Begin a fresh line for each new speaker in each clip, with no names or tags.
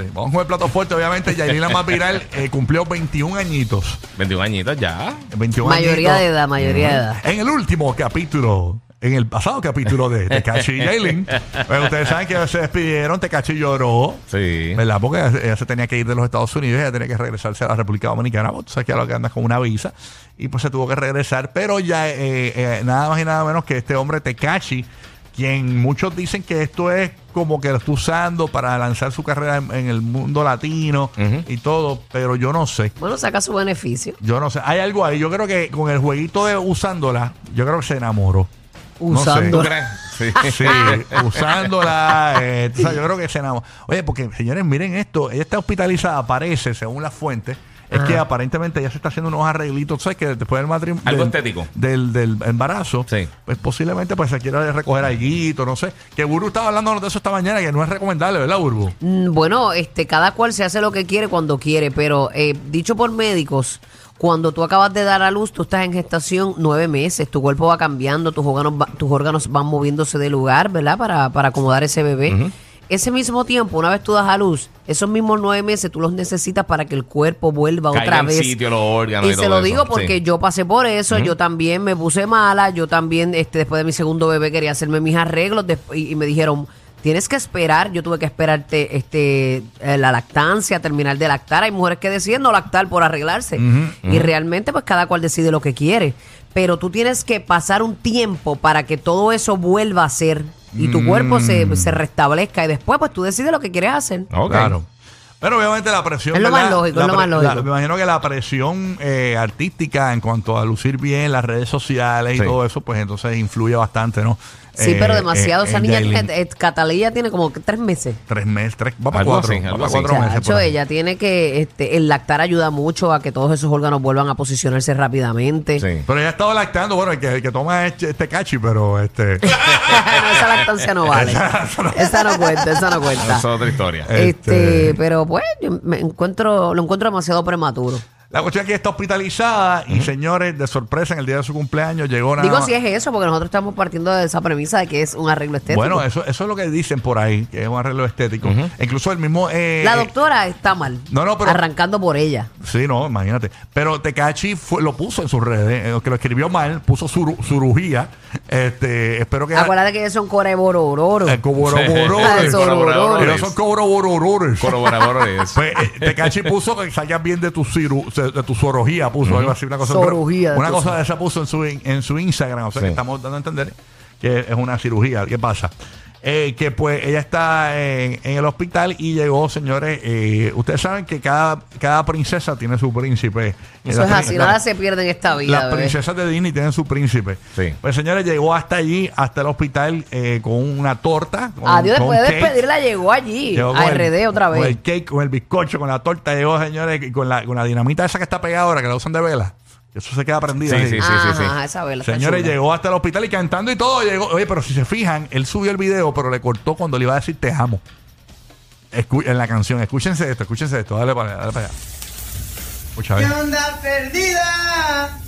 Este, vamos con el plato fuerte. Obviamente, Yailin la más viral eh, cumplió 21 añitos.
21 añitos ya.
21
Mayoría de
añitos.
edad, mayoría de edad.
En el último capítulo, en el pasado capítulo de Tecachi y Yailin, bueno, ustedes saben que se despidieron, Tecachi lloró.
Sí.
¿Verdad? Porque ella, ella se tenía que ir de los Estados Unidos, ella tenía que regresarse a la República Dominicana. Pues, tú sabes que a lo que andas con una visa. Y pues se tuvo que regresar. Pero ya, eh, eh, nada más y nada menos que este hombre Tecachi, quien muchos dicen que esto es como que lo está usando para lanzar su carrera en, en el mundo latino y todo. Pero yo no sé.
Bueno, saca su beneficio.
Yo no sé. Hay algo ahí. Yo creo que con el jueguito de usándola, yo creo que se enamoró. No sé.
Usando.
¿Tú crees? Sí.
Sí, usándola. eh, tú sabes, yo creo que se enamoró. Oye, porque señores, miren esto. Ella está hospitalizada, parece, según las fuentes. Es que aparentemente ella se está haciendo unos arreglitos. ¿Sabes que después del matrimonio.
Algo
del-
estético.
Del, del embarazo.
Sí.
Pues posiblemente pues se quiera recoger alguito, no sé. Que Burbu estaba hablando de eso esta mañana, que no es recomendable, ¿verdad, Burbu?
Mm, Bueno, este, cada cual se hace lo que quiere cuando quiere, pero eh, dicho por médicos, cuando tú acabas de dar a luz, tú estás en gestación nueve meses, tu cuerpo va cambiando, tus órganos, va- tus órganos van moviéndose de lugar, ¿verdad? Para, para acomodar ese bebé. Ese mismo tiempo, una vez tú das a luz, esos mismos nueve meses tú los necesitas para que el cuerpo vuelva
Caiga
otra
en
vez.
sitio los órganos
y
y
se
todo
lo
eso,
digo porque
sí.
yo pasé por eso, yo también me puse mala, yo también este después de mi segundo bebé quería hacerme mis arreglos desp- y, y me dijeron, tienes que esperar, yo tuve que esperarte este eh, la lactancia, terminar de lactar, hay mujeres que deciden no lactar por arreglarse y realmente pues cada cual decide lo que quiere, pero tú tienes que pasar un tiempo para que todo eso vuelva a ser y tu cuerpo
Mm.
se, se restablezca y después pues tú decides lo que quieres hacer.
Ok.
Ah. Claro. Pero obviamente la presión.
Es lo más
¿verdad?
lógico,
La
es lo
pre-
más lógico.
la- me imagino que la presión eh, artística en cuanto a lucir bien, las redes sociales
Sí.
y todo eso, pues entonces influye bastante, ¿no?
Sí,
Eh,
pero
eh,
demasiado. Esa
en
niña,
Yailin.
eh, eh, Catalina tiene como que tres meses.
Tres meses, tres, va para
Algo
cuatro.
así,
va
algo
para
así.
cuatro meses.
Chacho,
por ahí.
ella tiene que, este, el lactar ayuda mucho a que todos esos órganos vuelvan a posicionarse rápidamente.
Sí.
Pero ella ha estado lactando, bueno, el que, el que toma es este cachi, pero este.
No, esa lactancia no vale. esa no cuenta, esa no
Esa
cuenta.
es otra historia.
Este,
Este-
pero pues, yo me encuentro, lo encuentro demasiado prematuro.
la cuestión es que está hospitalizada y señores, de sorpresa, en el día de su cumpleaños llegó nada
Digo
más-
si es eso, porque nosotros estamos partiendo de esa premisa de que es un arreglo estético.
Bueno, eso, eso es lo que dicen por ahí, que es un arreglo estético. Incluso el mismo. eh,
la doctora está mal.
No, no, pero-
Arrancando por ella.
Sí, no, imagínate. Pero Tecachi fue, lo puso en sus redes, eh, que lo escribió mal, puso su cirugía. Este, espero que.
Acuérdate que es un coreborororo.
Eh,
Ah,
coboroborores.
eso.
Que
Colaboradores.
no son coboroborores.
Colaboradores.
Pues, eh, Tecachi puso que salgas bien de tu ciru, de tu sorogía, puso algo así, una cosa.
Sorugía de
una
tu
cosa de esa puso en su, in- en su Instagram, o sea
Sí.
que estamos dando a entender que es una cirugía. ¿Qué pasa? Eh, que pues ella está en, en el hospital y llegó, señores. eh, ustedes saben que cada, cada princesa tiene su príncipe.
eso
La
es
pri-
así,
la-
nada se pierde en esta vida.
las
bebé.
princesas de Disney tienen su príncipe.
Sí.
Pues señores, llegó hasta allí, hasta el hospital, eh, con una torta. Con,
Adiós,
con
después de
cake.
despedirla llegó allí,
Llegó con
a
el-
RD otra
Con
vez.
el cake, con el bizcocho, con la torta. Llegó, señores, y con la, con la dinamita esa que está pegada ahora, que la usan de vela. Eso se queda prendido.
Sí,
así.
sí, sí.
Ajá, esa vela Ah, está
Señores,
chula.
llegó hasta el hospital y cantando y todo. Llegó. Oye, pero si se fijan, él subió el video, pero le cortó cuando le iba a decir te amo. Escu- en la canción. Escúchense esto, escúchense esto. Dale para allá, dale para allá. Escucha, a
¿Qué
ver.
onda perdida?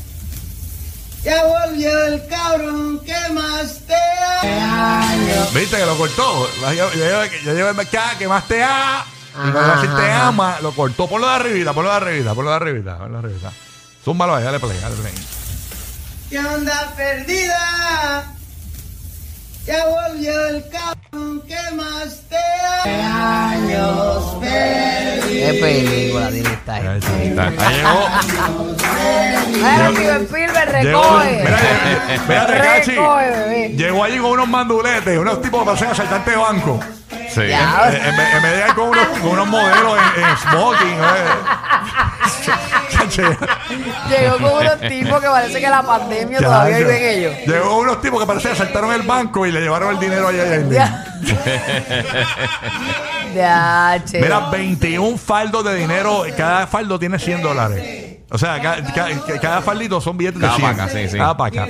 Ya volvió el cabrón que más te ama.
Viste que lo cortó. Ya llevo el mercado que más te ama. Y cuando
Ajá,
así te
ajá.
ama, lo cortó. Ponlo de arribita, ponlo de arribita, ponlo de arribita, ponlo de arribita. Zúmbalo ahí, dale play, dale play.
¿Qué onda perdida? Ya volvió el cabrón que más te ama. Años perdidos.
Qué película tiene esta
Ahí
gente.
está.
Está-
Ahí llegó.
Mira, Steven Spielberg
Llegó,
recoge.
mira, eh, espérate, Cachi.
Recoge, bebé.
Llegó allí con unos manduletes, unos tipos que parecen asaltantes de banco.
Sí.
Ya.
Eh, En vez en vez de ir con unos, con unos modelos en, en smoking, eh.
Llegó con unos tipos que parece que la pandemia todavía
Chacho.
viven ellos.
Llegó unos tipos que parece que asaltaron el banco y le llevaron el dinero allá. allá, allá.
Ya. ya, che.
Mira, 21 faldos de dinero. Cada faldo tiene 100 dólares. O sea, ca- ca- ca- cada, faldito son billetes de
Cada
100.
paca, sí, sí.
Cada paca.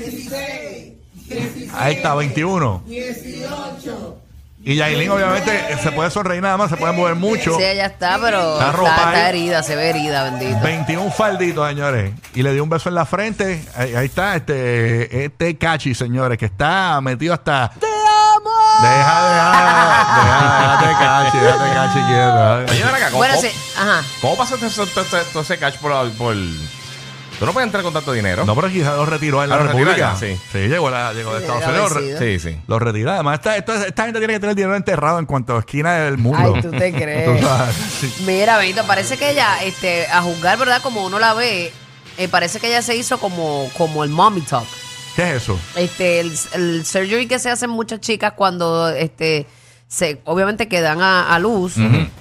Ahí está, 21. Y Yailin, obviamente, se puede sonreír nada más, se puede mover mucho.
Sí, ya está, pero
Está
está,
ropa ahí.
está herida, se ve herida, bendito.
21 falditos, señores. Y le dio un beso en la frente. Ahí, ahí está este, este cachi, señores, que está metido hasta. ¡Te amo! Deja, deja. deja, déjate cachi, déjate cachi quieto.
Oye, ven acá, ¿cómo,
Bueno,
cómo-
sí, ajá.
cómo pasaste eso- todo ese- todo ese cash por, la- por- Tú no puedes entrar con tanto dinero.
No, pero quizás lo retiró en la
Ah, lo retiró
República.
ya, sí.
llegó, la- llegó de Estados
era
Unidos. lo re-
Sí,
vencido.
sí.
Lo retiró. Además, esta, esto- esta gente tiene que tener el dinero enterrado en cuanto a esquina del mundo.
Ay, tú eh. te
Tú
crees.
sabes, sí.
Mira, Benito, parece que ella, este, a juzgar, ¿verdad? Como uno la ve, eh, parece que ella se hizo como, como el mommy talk.
¿Qué es eso?
Este, el, el surgery que se hacen muchas chicas cuando, este, se, obviamente quedan a, a luz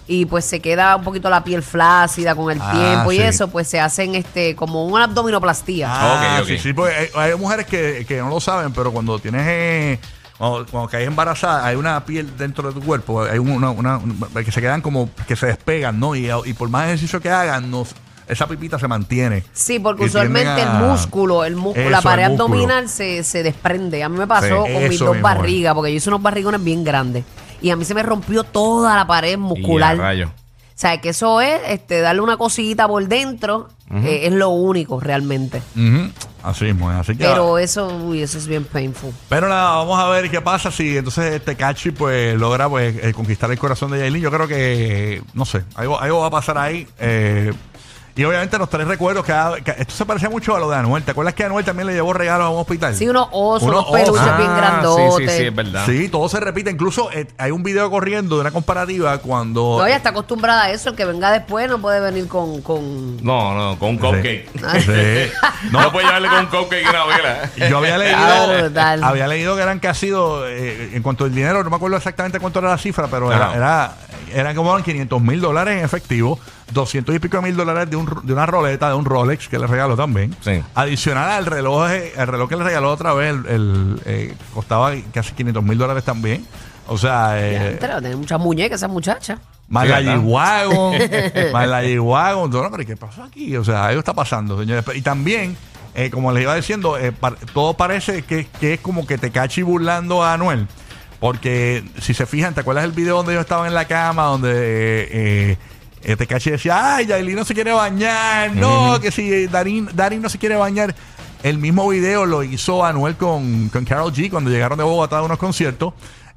y pues se queda un poquito la piel flácida con el
Ah,
tiempo y
sí.
eso, pues se hacen, este, como una abdominoplastía.
Ah,
ok, ok.
sí, sí, porque hay, hay mujeres que, que no lo saben, pero cuando tienes. eh, cuando, cuando caes embarazada, hay una piel dentro de tu cuerpo, hay una, una- una- que se quedan como que se despegan, ¿no? Y, y por más ejercicio que hagan, no- esa pipita se mantiene.
Sí, porque
Y tienden
usualmente el
a-
músculo, el músculo, la
Eso, el
pared
músculo.
abdominal se, se desprende. A mí me pasó
Sí,
con mis
eso
dos
mismo, eh.
barrigas, porque yo hice unos barrigones bien grandes. Y a mí se me rompió toda la pared muscular.
Y a rayo.
O sea, que eso es este, darle una cosita por dentro, eh, es lo único realmente.
Ujú. Así mismo, es, así que.
Pero eso, uy, eso es bien painful.
Pero nada, vamos a ver qué pasa si entonces este Cachi pues logra pues eh, conquistar el corazón de Yailin. Yo creo que, no sé, algo, algo va a pasar ahí. eh, y obviamente los tres recuerdos, cada, ca- esto se parecía mucho a lo de Anuel. ¿Te acuerdas que Anuel también le llevó regalos a un hospital?
Sí, unos osos,
Unos
unos, peluches
osos.
bien
Sí,
grandotes.
Ah, sí, sí, es verdad.
Sí, todo se repite. Incluso eh, hay un video corriendo de una comparativa cuando...
No, ella está acostumbrada a eso. El que venga después no puede venir con... con...
No, no, con un cupcake.
Sí.
No, puedes llevarle con un cupcake y una vela.
Yo había
Ah,
leído,
brutal.
había leído que eran casi dos, eh, en cuanto al dinero, no me acuerdo exactamente cuánto era la cifra, pero era,
Ajá.
era- eran como 500 mil dólares en efectivo, 200 y pico mil dólares de, un- de una roleta, de un Rolex que le regaló también.
Sí.
Adicional al reloj, eh, el reloj que le regaló otra vez, el, el, eh, costaba casi 500 mil dólares también. O sea, eh,
Diantre, va a tener muchas muñecas esa muchacha.
más
Sí,
la
¿verdad?
G-Wagon, más la G-Wagon. No, pero ¿qué pasó aquí? O sea, algo está pasando, señores. Y también, eh, como les iba diciendo, eh, par- todo parece que, que es como que te cachi burlando a Anuel. Porque si se fijan, ¿te acuerdas el video donde yo estaba en la cama, donde eh, eh, Tecachi decía, ay, Yailin no se quiere bañar, no, que si Darín, Darín no se quiere bañar. El mismo video lo hizo Anuel con, con Carol G cuando llegaron de Bogotá a unos conciertos.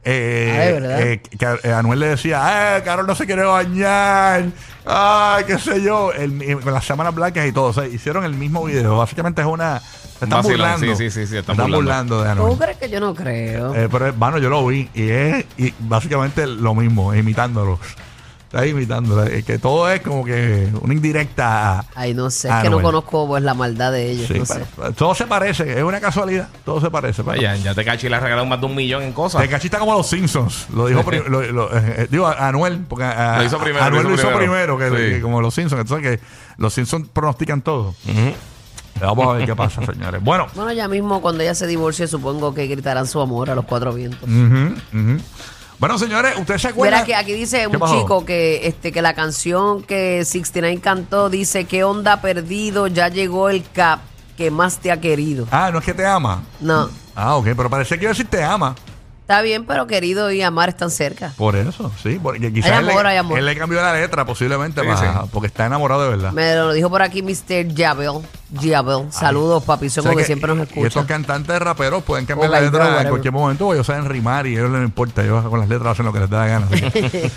Eh,
Ah,
Ay, ¿verdad?
eh, que a- eh, Anuel le decía, ¡eh, Carol no se quiere bañar! ¡Ay, qué sé yo! El- eh, con las sábanas blancas y todo. O sea, hicieron el mismo video. Básicamente es una. Se están
Vacilón,
burlando.
sí, sí, sí, sí,
Se
están
están burlando
burlando.
de
¿Tú
Anuel.
crees que yo no creo?
Ah, Eh, pero, bueno, yo lo vi y es y básicamente lo mismo, imitándolo. Está imitándolo. Es que todo es como que una indirecta. a-
Ay, no sé,
a
es que no
Anuel.
conozco pues, la maldad de ellos.
Ah, Sí,
no
pero-
sé.
pero todo se parece, es una casualidad. Todo se parece. pero-
Vaya, ya te caché y le has regalado más de un millón en cosas.
Te cachista como los Simpsons. Lo dijo pri- lo- lo- eh, eh, digo, a- Anuel, porque a- a-
Lo hizo primero,
Anuel lo
lo hizo
hizo primero,
primero.
que,
Sí.
que como los Simpsons. Entonces que los Simpsons pronostican todo. Eh, Vamos a ver qué pasa, señores. Bueno,
Bueno, ya mismo cuando ella se divorcie, supongo que gritarán su amor a los cuatro vientos.
ujú, ujú. bueno, señores, ustedes se acuerdan.
Mira que aquí dice
¿Qué
un
pasó?
chico que este que la canción que 69 cantó dice qué onda perdido, ya llegó el cap que más te ha querido.
Ah, no es que te ama.
No,
Ah, ok, pero parece que iba a decir te ama.
está bien, pero querido y amar están cerca.
Por eso, sí. Porque quizás
Hay
él le-
amor, hay amor.
él le cambió la letra posiblemente
Sí,
para-
sí.
porque está enamorado de verdad.
Me lo dijo por aquí Mr. Javel. Javel. Saludos, papi,
O
son
sea
que,
que-
siempre nos
Y estos
escuchan.
cantantes raperos pueden cambiar
O
la
Gaitro,
letra en
whatever.
cualquier momento, porque ellos saben rimar y a ellos no les importa, ellos con las letras hacen lo que les da la gana. así que-